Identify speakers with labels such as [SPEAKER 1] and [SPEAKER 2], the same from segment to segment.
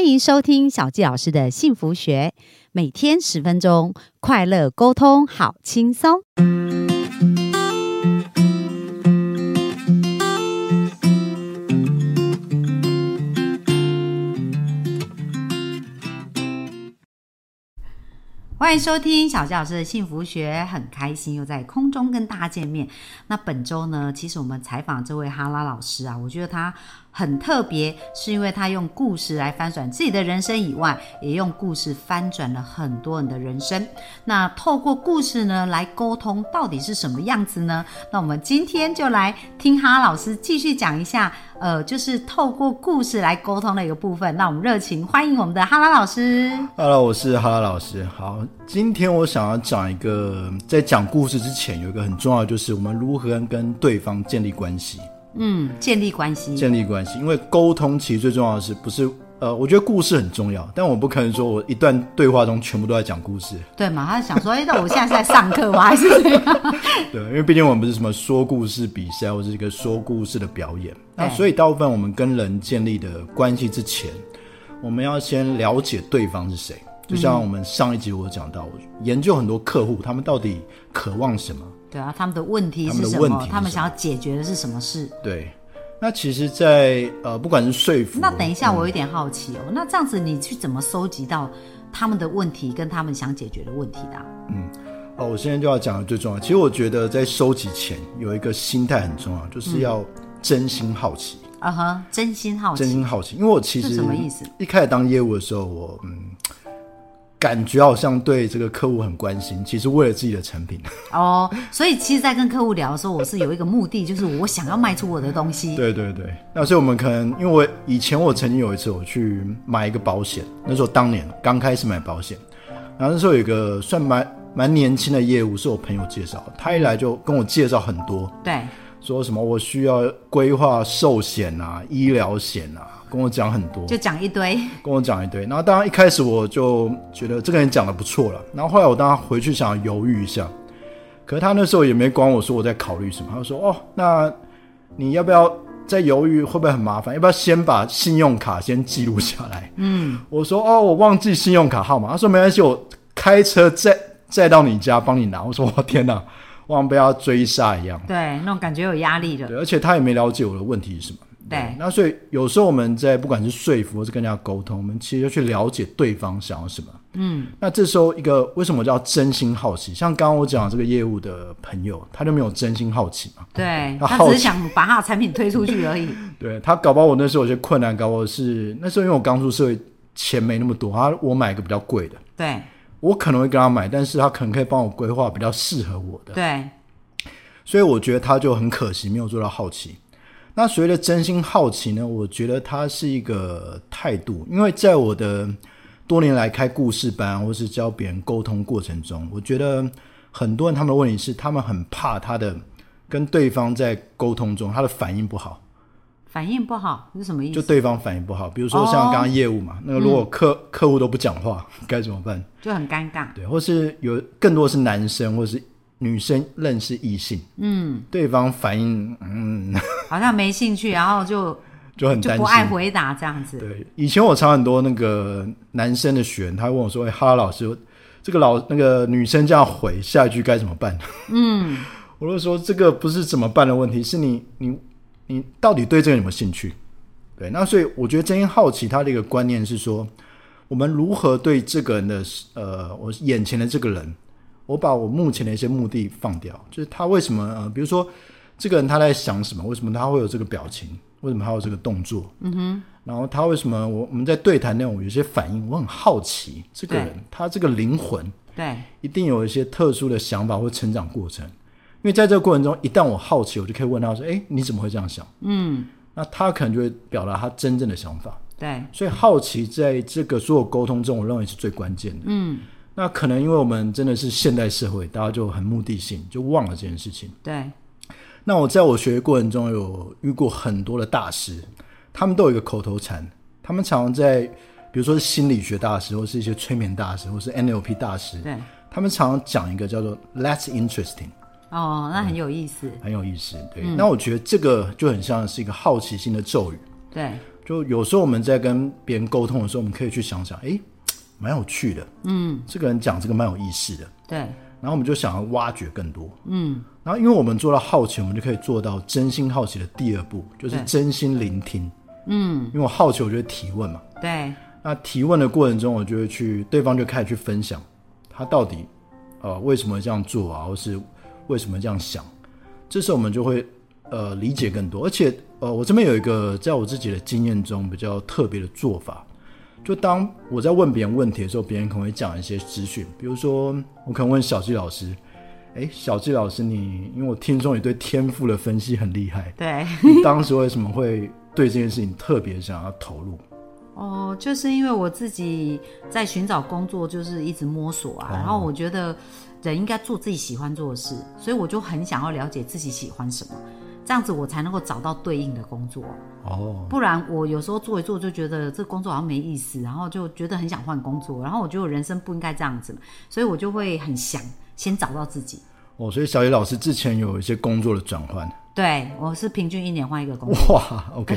[SPEAKER 1] 欢迎收听小纪老师的幸福学，每天十分钟，快乐沟通，好轻松。欢迎收听小纪老师的幸福学，很开心又在空中跟大家见面。那本周呢，其实我们采访这位哈拉老师啊，我觉得他很特别，是因为他用故事来翻转自己的人生以外，也用故事翻转了很多人的人生。那透过故事呢来沟通，到底是什么样子呢？那我们今天就来听哈老师继续讲一下，呃，就是透过故事来沟通的一个部分。那我们热情欢迎我们的哈拉老师。
[SPEAKER 2] Hello，我是哈拉老师。好，今天我想要讲一个，在讲故事之前有一个很重要的，就是我们如何跟对方建立关系，
[SPEAKER 1] 嗯，建立关系。
[SPEAKER 2] 建立关系。因为沟通其实最重要的是不是？呃，我觉得故事很重要，但我不可能说我一段对话中全部都在讲故事，
[SPEAKER 1] 对嘛？他想说，哎、那我现在是在上课吗？还是怎 样？
[SPEAKER 2] 对，因为毕竟我们不是什么说故事比赛，或是一个说故事的表演。那
[SPEAKER 1] 嗯对
[SPEAKER 2] 所以大部分我们跟人建立的关系之前，我们要先了解对方是谁。就
[SPEAKER 1] 嗯
[SPEAKER 2] 像我们上一集我讲到，我研究很多客户，他们到底渴望什么？
[SPEAKER 1] 对啊，他们的问题是
[SPEAKER 2] 他们
[SPEAKER 1] 什
[SPEAKER 2] 的问
[SPEAKER 1] 么？
[SPEAKER 2] 题是
[SPEAKER 1] 他们
[SPEAKER 2] 什么
[SPEAKER 1] 想要解决的是什么事？
[SPEAKER 2] 对，那其实在，呃，不管是说服，
[SPEAKER 1] 那等一下，我有点好奇哦。那这样子，你去怎么收集到他们的问题跟他们想解决的问题的啊、
[SPEAKER 2] 哦，我现在就要讲的最重要。其实我觉得在收集前有一个心态很重要，
[SPEAKER 1] 嗯
[SPEAKER 2] 就是要真心好奇。
[SPEAKER 1] 啊哈，真心好
[SPEAKER 2] 真
[SPEAKER 1] 奇，
[SPEAKER 2] 心好奇，因为我其实
[SPEAKER 1] 是什么意思？
[SPEAKER 2] 一开始当业务的时候，我嗯，感觉好像对这个客户很关心，其实为了自己的产品。
[SPEAKER 1] 哦。所以其实，在跟客户聊的时候，我是有一个目的，就是我想要卖出我的东西。
[SPEAKER 2] 对对对，那所以我们可能因为我以前我曾经有一次我去买一个保险，那时候当年刚开始买保险，然后那时候有一个算蛮蛮年轻的业务，是我朋友介绍的，他一来就跟我介绍很多，
[SPEAKER 1] 对，
[SPEAKER 2] 说什么我需要规划寿险啊、医疗险啊，跟我讲很多。
[SPEAKER 1] 就讲一堆。
[SPEAKER 2] 跟我讲一堆。然后当然一开始我就觉得这个人讲的不错了，然后后来我当然回去想要犹豫一下，可是他那时候也没管我说我在考虑什么，他就说哦，那你要不要再犹豫？会不会很麻烦？要不要先把信用卡先记录下来？嗯，我说哦，我忘记信用卡号码。他说没关系，我开车再再到你家帮你拿。我说我、天哪，我好像被他追杀一样。
[SPEAKER 1] 对，那种感觉有压力的。
[SPEAKER 2] 对，而且他也没了解我的问题是什么。
[SPEAKER 1] 对，
[SPEAKER 2] 那所以有时候我们在不管是说服或是跟人家沟通，我们其实要去了解对方想要什么。嗯，那这时候一个为什么叫真心好奇？像刚刚我讲的这个业务的朋友，他就没有真心好奇嘛。
[SPEAKER 1] 对
[SPEAKER 2] 那
[SPEAKER 1] 他
[SPEAKER 2] 好
[SPEAKER 1] 只是
[SPEAKER 2] 奇
[SPEAKER 1] 想把他的产品推出去而已。
[SPEAKER 2] 对他搞不好我那时候有些困难，搞不好是那时候因为我刚出社会，钱没那么多，他我买一个比较贵的，
[SPEAKER 1] 对
[SPEAKER 2] 我可能会跟他买，但是他可能可以帮我规划比较适合我的。
[SPEAKER 1] 对，
[SPEAKER 2] 所以我觉得他就很可惜没有做到好奇。那所谓的真心好奇呢，我觉得它是一个态度，因为在我的多年来开故事班或是教别人沟通过程中，我觉得很多人他们的问题是，他们很怕他的跟对方在沟通中他的反应不好，
[SPEAKER 1] 反应不好是什么意
[SPEAKER 2] 就
[SPEAKER 1] 思？
[SPEAKER 2] 对方反应不好。比如说像刚刚业务嘛，那个如果客、客户都不讲话，该怎么办？
[SPEAKER 1] 就很尴尬。
[SPEAKER 2] 对，或是有更多是男生或是女生认识异性，嗯，对方反应嗯
[SPEAKER 1] 好像没兴趣，然后就
[SPEAKER 2] 就很
[SPEAKER 1] 就
[SPEAKER 2] 担
[SPEAKER 1] 不爱
[SPEAKER 2] 心。
[SPEAKER 1] 回答这样子。
[SPEAKER 2] 对，以前我常很多那个男生的学员，他会问我说：“哎、哈拉老师，这个老那个女生这样回，下一句该怎么办？”嗯， 我就说这个不是怎么办的问题，是你你你到底对这个有没有兴趣？对，那所以我觉得真心好奇他的一个观念是说，我们如何对这个人的呃，我眼前的这个人，我把我目前的一些目的放掉，就是他为什么呃，比如说这个人他在想什么，为什么他会有这个表情，为什么他有这个动作，嗯哼，然后他为什么我我们在对谈内容有些反应，我很好奇这个人他这个灵魂
[SPEAKER 1] 对
[SPEAKER 2] 一定有一些特殊的想法或成长过程，因为在这个过程中，一旦我好奇，我就可以问他说，哎，你怎么会这样想？嗯，那他可能就会表达他真正的想法。
[SPEAKER 1] 对
[SPEAKER 2] 所以好奇在这个所有沟通中，我认为是最关键的。嗯，那可能因为我们真的是现代社会，大家就很目的性，就忘了这件事情。
[SPEAKER 1] 对
[SPEAKER 2] 那我在我学习过程中有遇过很多的大师，他们都有一个口头禅，他们常常在，比如说是心理学大师，或是一些催眠大师，或是 NLP 大师，
[SPEAKER 1] 对，
[SPEAKER 2] 他们常常讲一个叫做 “That's interesting”，
[SPEAKER 1] 哦，那很有意思。
[SPEAKER 2] 很有意思。对，那我觉得这个就很像是一个好奇心的咒语。
[SPEAKER 1] 对
[SPEAKER 2] 就有时候我们在跟别人沟通的时候，我们可以去想想，诶，蛮有趣的，嗯，这个人讲这个蛮有意思的，
[SPEAKER 1] 对，
[SPEAKER 2] 然后我们就想要挖掘更多，嗯，然后因为我们做到好奇，我们就可以做到真心好奇的第二步，就是
[SPEAKER 1] 对
[SPEAKER 2] 真心聆听，嗯，因为我好奇，我就会提问嘛，
[SPEAKER 1] 对，，
[SPEAKER 2] 那提问的过程中，我就会去对方就开始去分享他到底呃为什么这样做啊，或是为什么这样想，这时候我们就会呃理解更多。而且呃，我这边有一个在我自己的经验中比较特别的做法，就当我在问别人问题的时候，别人可能会讲一些资讯，比如说我可能问小纪老师。哎，小纪老师你，因为我听说你对天赋的分析很厉害
[SPEAKER 1] 对。
[SPEAKER 2] 你当时为什么会对这件事情特别想要投入？
[SPEAKER 1] 哦，就是因为我自己在寻找工作，就是一直摸索啊，
[SPEAKER 2] 哦
[SPEAKER 1] 然后我觉得人应该做自己喜欢做的事，所以我就很想要了解自己喜欢什么，这样子我才能够找到对应的工作。
[SPEAKER 2] 哦，
[SPEAKER 1] 不然我有时候做一做就觉得这工作好像没意思，然后就觉得很想换工作，然后我觉得我人生不应该这样子，所以我就会很想先找到自己。
[SPEAKER 2] 哦，所以小野老师之前有一些工作的转换，
[SPEAKER 1] 对，我是平均一年换一个工作。
[SPEAKER 2] 哇，OK，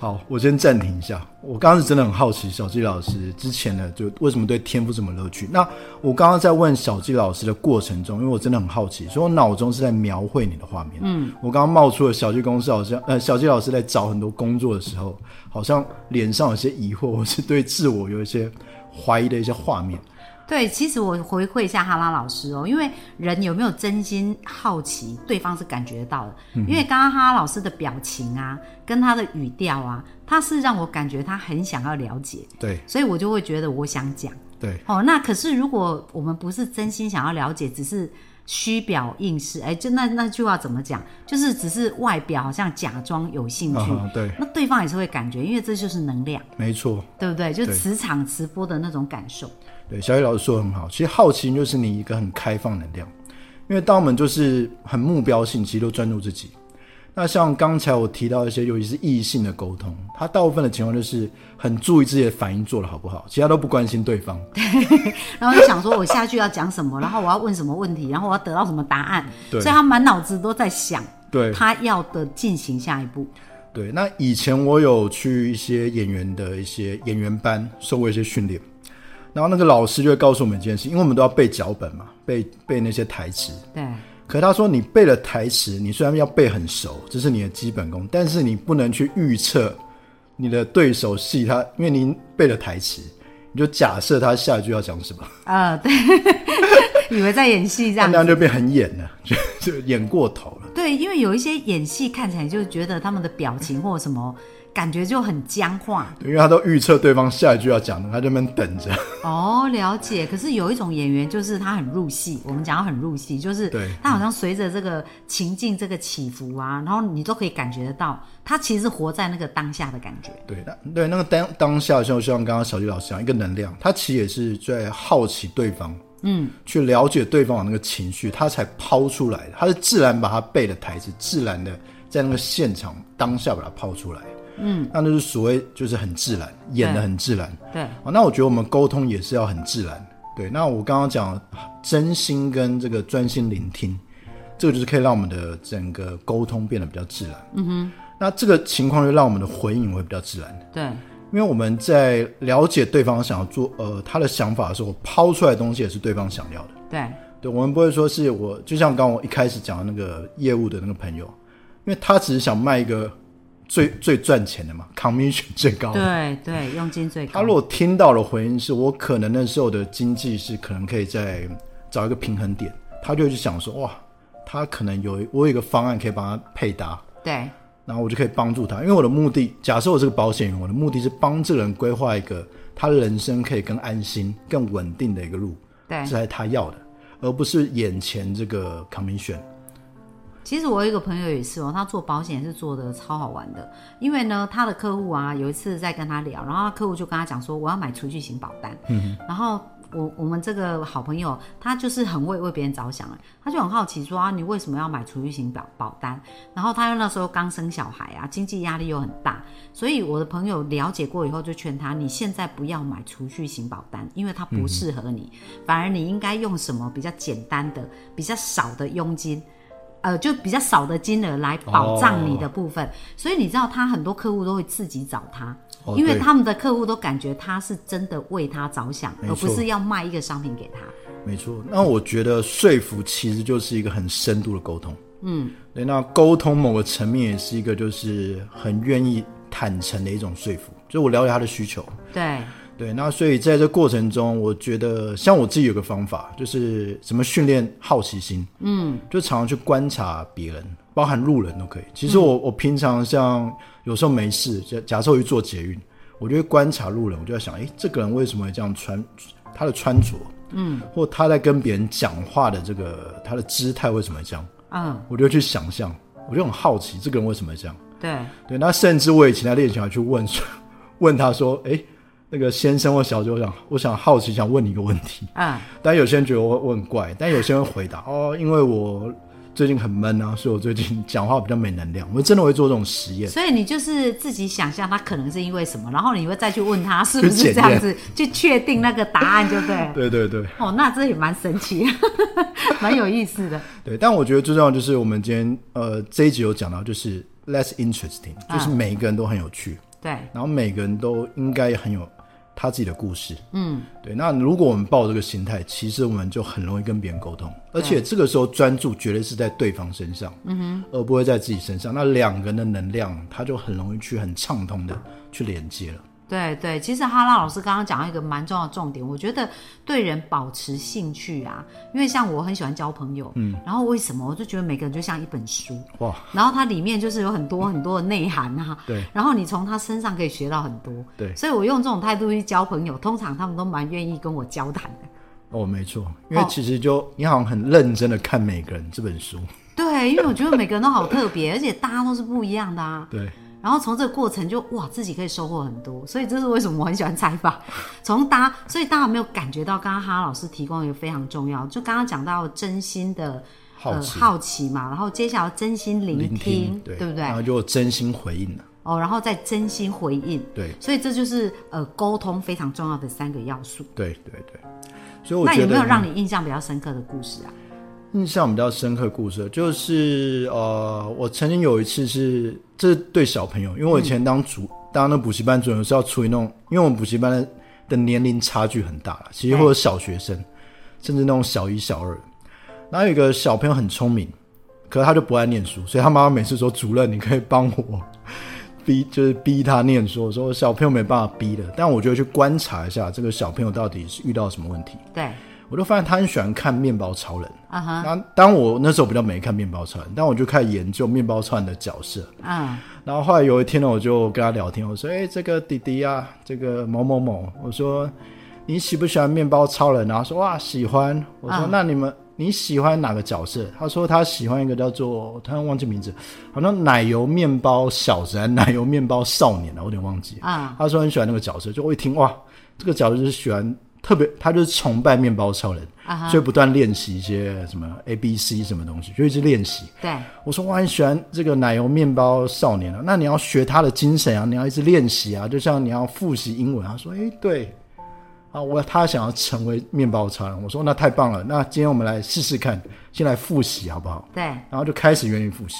[SPEAKER 2] 好，我先暂停一下。我刚刚是真的很好奇，小纪老师之前呢，就为什么对天赋这么乐趣？那我刚刚在问小纪老师的过程中，因为我真的很好奇，所以我脑中是在描绘你的画面。嗯，我刚刚冒出了小纪公司好像，呃，小纪老师在找很多工作的时候，好像脸上有些疑惑，或是对自我有一些怀疑的一些画面。
[SPEAKER 1] 对，其实我回馈一下哈拉老师哦，因为人有没有真心好奇，对方是感觉得到的。因为刚刚哈拉老师的表情啊，跟他的语调啊，他是让我感觉他很想要了解，
[SPEAKER 2] 对
[SPEAKER 1] 所以我就会觉得我想讲。
[SPEAKER 2] 对，
[SPEAKER 1] 哦，那可是如果我们不是真心想要了解，只是虚表应试，哎，就那那句话怎么讲？就是只是外表好像假装有兴趣，
[SPEAKER 2] 啊、对，
[SPEAKER 1] 那对方也是会感觉，因为这就是能量，
[SPEAKER 2] 没错。
[SPEAKER 1] 对不对？就
[SPEAKER 2] 对
[SPEAKER 1] 磁场磁波的那种感受。
[SPEAKER 2] 对，小雨老师说得很好。其实好奇就是你一个很开放能量，因为当我们就是很目标性，其实都专注自己。那像刚才我提到一些，尤其是异性的沟通，他大部分的情况就是很注意自己的反应做得好不好，其他都不关心对方。
[SPEAKER 1] 然后就想说我下去要讲什 么，然后我要问什么问题，然后我要得到什么答案，
[SPEAKER 2] 对
[SPEAKER 1] 所以他满脑子都在想
[SPEAKER 2] 对
[SPEAKER 1] 他要的进行下一步。
[SPEAKER 2] 对，那以前我有去一些演员的一些演员班，受过一些训练，然后那个老师就会告诉我们一件事，因为我们都要背脚本嘛，背背那些台词。
[SPEAKER 1] 对，
[SPEAKER 2] 可他说，你背了台词，你虽然要背很熟，这是你的基本功，但是你不能去预测你的对手戏他，因为你背了台词，你就假设他下一句要讲什么，
[SPEAKER 1] 呃，对， 以为在演戏这
[SPEAKER 2] 那
[SPEAKER 1] 样
[SPEAKER 2] 那。样就变很演了，就就演过头了。
[SPEAKER 1] 对，因为有一些演戏看起来就觉得他们的表情或什么感觉就很僵 化。
[SPEAKER 2] 对因为他都预测对方下一句要讲的，他就在那边等着。
[SPEAKER 1] 哦，了解。可是有一种演员就是他很入戏，我们讲他很入戏，就是
[SPEAKER 2] 对
[SPEAKER 1] 他好像随着这个情境这个起伏啊，然后你都可以感觉得到，他其实活在那个当下的感觉。
[SPEAKER 2] 对，那对那个当当下，就像刚刚小徐老师讲，一个能量，他其实也是在好奇对方，嗯，去了解对方的那个情绪，他才抛出来的，他是自然把他背的台词，自然的在那个现场当下把它抛出来，嗯，那就是所谓就是很自然，演的很自然。
[SPEAKER 1] 对，
[SPEAKER 2] 好，哦那我觉得我们沟通也是要很自然。对，那我刚刚讲真心跟这个专心聆听，这个就是可以让我们的整个沟通变得比较自然。嗯哼，那这个情况就让我们的回应会比较自然。
[SPEAKER 1] 对，
[SPEAKER 2] 因为我们在了解对方想要做呃他的想法的时候，我抛出来的东西也是对方想要的。
[SPEAKER 1] 对。
[SPEAKER 2] 对，我们不会说是我，就像刚刚我一开始讲的那个业务的那个朋友，因为他只是想卖一个最最赚钱的嘛，commission 最高的。
[SPEAKER 1] 对对，佣金最高。
[SPEAKER 2] 哦他如果听到了回音是我可能那时候的经济是可能可以再找一个平衡点，他就会去想说哇，他可能有我有一个方案可以帮他配搭，
[SPEAKER 1] 对
[SPEAKER 2] 然后我就可以帮助他，因为我的目的，假设我是个保险员，我的目的是帮这个人规划一个他人生可以更安心、更稳定的一个路，
[SPEAKER 1] 对
[SPEAKER 2] 这，才是他要的，而不是眼前这个 commission。
[SPEAKER 1] 其实我有一个朋友也是哦，他做保险是做的超好玩的，因为呢，他的客户啊，有一次在跟他聊，然后他客户就跟他讲说，我要买储蓄型保单，嗯，然后。我我们这个好朋友，他就是很为为别人着想哎，他就很好奇说啊，你为什么要买储蓄型保保单？然后他又那时候刚生小孩啊，经济压力又很大，所以我的朋友了解过以后就劝他，你现在不要买储蓄型保单，因为它不适合你，反而你应该用什么比较简单的、比较少的佣金，呃，就比较少的金额来保障你的部分。所以你知道，他很多客户都会自己找他，
[SPEAKER 2] 哦
[SPEAKER 1] 因为
[SPEAKER 2] 对
[SPEAKER 1] 他们的客户都感觉他是真的为他着想，
[SPEAKER 2] 没
[SPEAKER 1] 而不
[SPEAKER 2] 错
[SPEAKER 1] 是要卖一个商品给他。
[SPEAKER 2] 没错，那我觉得说服其实就是一个很深度的沟通。嗯，对，那沟通某个层面也是一个，就是很愿意坦诚的一种说服，就是我了解他的需求。
[SPEAKER 1] 对，
[SPEAKER 2] 对，那所以在这过程中，我觉得像我自己有个方法，就是怎么训练好奇心。嗯，就常常去观察别人，包含路人都可以。其实我、我平常像有时候没事，假假设我去做捷运，我就会观察路人，我就在想，诶，这个人为什么会这样穿？他的穿着，嗯，或他在跟别人讲话的这个他的姿态为什么会这样？
[SPEAKER 1] 嗯，
[SPEAKER 2] 我就去想象，我就很好奇这个人为什么会这样。
[SPEAKER 1] 对，
[SPEAKER 2] 对，那甚至我以前在练琴还去问 说，问他说，哎、那个先生或小姐，我想我想好奇想问你一个问题，
[SPEAKER 1] 嗯，
[SPEAKER 2] 但有些人觉得我我很怪，但有些人会回答哦，因为我最近很闷啊，所以我最近讲话比较没能量。我真的会做这种实验，
[SPEAKER 1] 所以你就是自己想象他可能是因为什么，然后你会再去问他是不
[SPEAKER 2] 去
[SPEAKER 1] 是
[SPEAKER 2] 检
[SPEAKER 1] 这样
[SPEAKER 2] 验
[SPEAKER 1] 子，去确定那个答案，就对了。
[SPEAKER 2] 对对对
[SPEAKER 1] 哦，那这也蛮神奇， 蛮有意思的。
[SPEAKER 2] 对。但我觉得最重要就是我们今天呃这一集有讲到，就是 less interesting，就是每一个人都很有趣，
[SPEAKER 1] 对，
[SPEAKER 2] 然后每个人都应该很有他自己的故事。嗯，对。那如果我们抱这个心态，其实我们就很容易跟别人沟通，而且这个时候专注绝对是在对方身上，嗯哼，而不会在自己身上。那两个人的能量，他就很容易去很畅通的去连接了。
[SPEAKER 1] 对对，其实哈拉老师刚刚讲到一个蛮重要的重点，我觉得对人保持兴趣啊，因为像我很喜欢交朋友，嗯，然后为什么我就觉得每个人就像一本书，
[SPEAKER 2] 哇，
[SPEAKER 1] 然后它里面就是有很多很多的内涵啊，
[SPEAKER 2] 对，
[SPEAKER 1] 然后你从他身上可以学到很多，
[SPEAKER 2] 对
[SPEAKER 1] 所以我用这种态度去交朋友，通常他们都蛮愿意跟我交谈的。
[SPEAKER 2] 哦，没错，因为
[SPEAKER 1] 哦
[SPEAKER 2] 其实就、你好像很认真的看每个人这本书，
[SPEAKER 1] 对，因为我觉得每个人都好特别，而且大家都是不一样的啊。
[SPEAKER 2] 对，
[SPEAKER 1] 然后从这个过程就哇，自己可以收获很多，所以这是为什么我很喜欢采 访。从大家，所以大家有没有感觉到，刚刚哈老师提供一个非常重要，就刚刚讲到真心的
[SPEAKER 2] 好奇
[SPEAKER 1] 呃、好奇嘛，然后接下来真心聆
[SPEAKER 2] 聆听，对，
[SPEAKER 1] 不
[SPEAKER 2] 然
[SPEAKER 1] 对？
[SPEAKER 2] 后就真心回应了，
[SPEAKER 1] 哦，然后再真心回应，
[SPEAKER 2] 对，
[SPEAKER 1] 所以这就是呃沟通非常重要的三个要素。
[SPEAKER 2] 对，对，对。所以我
[SPEAKER 1] 那
[SPEAKER 2] 觉得
[SPEAKER 1] 有没有让你印象比较深刻的故事啊？
[SPEAKER 2] 印象比较深刻的故事，就是呃，我曾经有一次是，这是对小朋友，因为我以前当主、当那补习班主任是要处理那种，因为我们补习班的的年龄差距很大啦，其实
[SPEAKER 1] 对
[SPEAKER 2] 会有小学生，甚至那种小一、小二。然后有一个小朋友很聪明，可是他就不爱念书，所以他妈妈每次说：“主任，你可以帮我逼，就是逼他念书。”我说：“小朋友没办法逼的，但我就会去观察一下这个小朋友到底是遇到什么问题。”
[SPEAKER 1] 对，
[SPEAKER 2] 我就发现他很喜欢看《面包超人》。
[SPEAKER 1] 啊哈，
[SPEAKER 2] 那当我那时候比较没看面包超人，但我就开始研究面包超人的角色。
[SPEAKER 1] 嗯，
[SPEAKER 2] 然后后来有一天呢，我就跟他聊天，我说：“哎、这个弟弟啊，这个某某某，我说你喜不喜欢面包超人？”然啊后他说：“哇，喜欢。”我
[SPEAKER 1] 啊
[SPEAKER 2] 说：“那你们你喜欢哪个角色？”他说：“他喜欢一个叫做……突然忘记名字，好像奶油面包小子还是奶油面包少年啊，我有点忘记。”
[SPEAKER 1] 啊，
[SPEAKER 2] 他说很喜欢那个角色，就我一听哇，这个角色就是喜欢特别，他就是崇拜面包超人，
[SPEAKER 1] 啊
[SPEAKER 2] 所以不断练习一些什么 A B C 什么东西，就一直练习。
[SPEAKER 1] 对，
[SPEAKER 2] 我说我很喜欢这个奶油面包少年啊，那你要学他的精神啊，你要一直练习啊，就像你要复习英文啊。他说诶，对，啊，我他想要成为面包超人。我说哦那太棒了，那今天我们来试试看，先来复习好不好？
[SPEAKER 1] 对，
[SPEAKER 2] 然后就开始愿意复习。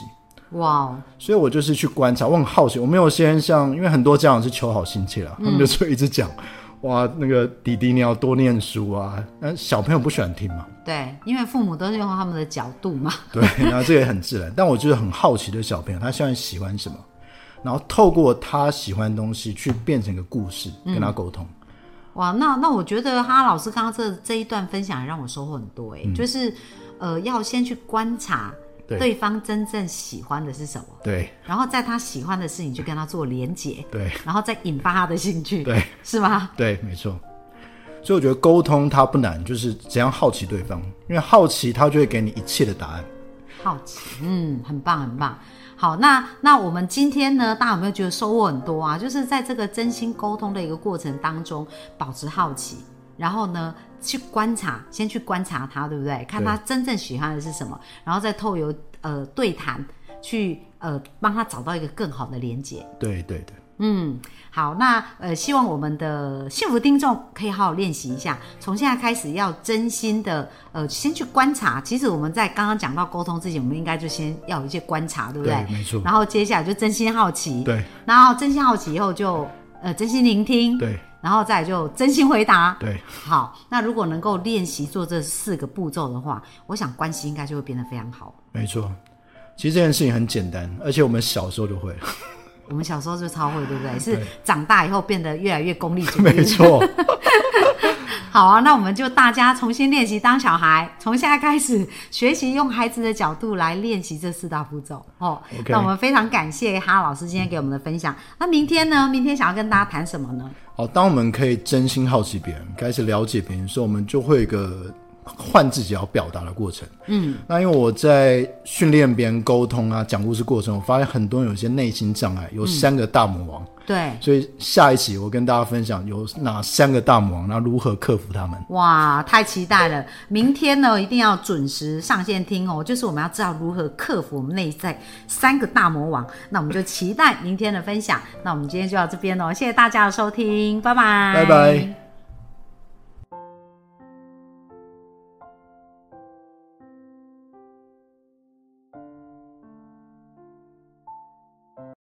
[SPEAKER 1] 哇哦，
[SPEAKER 2] 所以我就是去观察，我很好奇，我没有先像，因为很多家长是求好心切啦，啊
[SPEAKER 1] 嗯
[SPEAKER 2] 他们就是一直讲，哇，那个弟弟你要多念书啊，那小朋友不喜欢听嘛，
[SPEAKER 1] 对，因为父母都是用他们的角度嘛，
[SPEAKER 2] 对，然后这也很自然。但我就是很好奇的小朋友，他现在喜欢什么，然后透过他喜欢的东西去变成一个故事
[SPEAKER 1] 嗯
[SPEAKER 2] 跟他沟通。
[SPEAKER 1] 哇，那那我觉得哈老师刚刚这这一段分享也让我收获很多哎、就是呃要先去观察
[SPEAKER 2] 嗯对
[SPEAKER 1] 对方真正喜欢的是什么，
[SPEAKER 2] 对
[SPEAKER 1] 然后在他喜欢的事情去跟他做连结，
[SPEAKER 2] 对
[SPEAKER 1] 然后再引发他的兴趣，
[SPEAKER 2] 对，
[SPEAKER 1] 是吗？
[SPEAKER 2] 对，没错。所以我觉得沟通它不难，就是怎样好奇对方，因为好奇他就会给你一切的答案。
[SPEAKER 1] 好奇，嗯，很棒，很棒。好，那那我们今天呢，大家有没有觉得收获很多啊？就是在这个真心沟通的一个过程当中，保持好奇，然后呢，去观察，先去观察他，对不对？看他真正喜欢的是什么，然后再透由呃对谈去呃帮他找到一个更好的连接。
[SPEAKER 2] 对对对，
[SPEAKER 1] 嗯，好，那呃，希望我们的呃幸福听众可以好好练习一下，从现在开始要真心的呃，先去观察。其实我们在刚刚讲到沟通之前，我们应该就先要有一些观察，对不对？
[SPEAKER 2] 对没错
[SPEAKER 1] 然后接下来就真心好奇，
[SPEAKER 2] 对
[SPEAKER 1] 然后真心好奇以后就呃真心聆听，
[SPEAKER 2] 对
[SPEAKER 1] 然后再来就真心回答。
[SPEAKER 2] 对，
[SPEAKER 1] 好，那如果能够练习做这四个步骤的话，我想关系应该就会变得非常好。
[SPEAKER 2] 没错。其实这件事情很简单，而且我们小时候就会了，
[SPEAKER 1] 我们小时候就超会，对不对？是
[SPEAKER 2] 对
[SPEAKER 1] 长大以后变得越来越功利主义。
[SPEAKER 2] 没错，
[SPEAKER 1] 好啊，那我们就大家重新练习当小孩，从现在开始学习用孩子的角度来练习这四大步骤哦。
[SPEAKER 2] OK
[SPEAKER 1] 那我们非常感谢哈老师今天给我们的分享。那明天呢？明天想要跟大家谈什么呢？
[SPEAKER 2] 好，当我们可以真心好奇别人，开始了解别人的时候，我们就会有一个换自己要表达的过程。嗯，那因为我在训练别人沟通啊、讲故事过程，我发现很多人有一些内心障碍，有三个大魔王，
[SPEAKER 1] 对，
[SPEAKER 2] 所以下一期我跟大家分享有哪三个大魔王，那如何克服他们。
[SPEAKER 1] 哇，太期待了！明天呢，一定要准时上线听哦。就是我们要知道如何克服我们内在三个大魔王。那我们哦就期待明天的分享。那我们今天就到这边喽，谢谢大家的收听，拜拜，
[SPEAKER 2] 拜拜。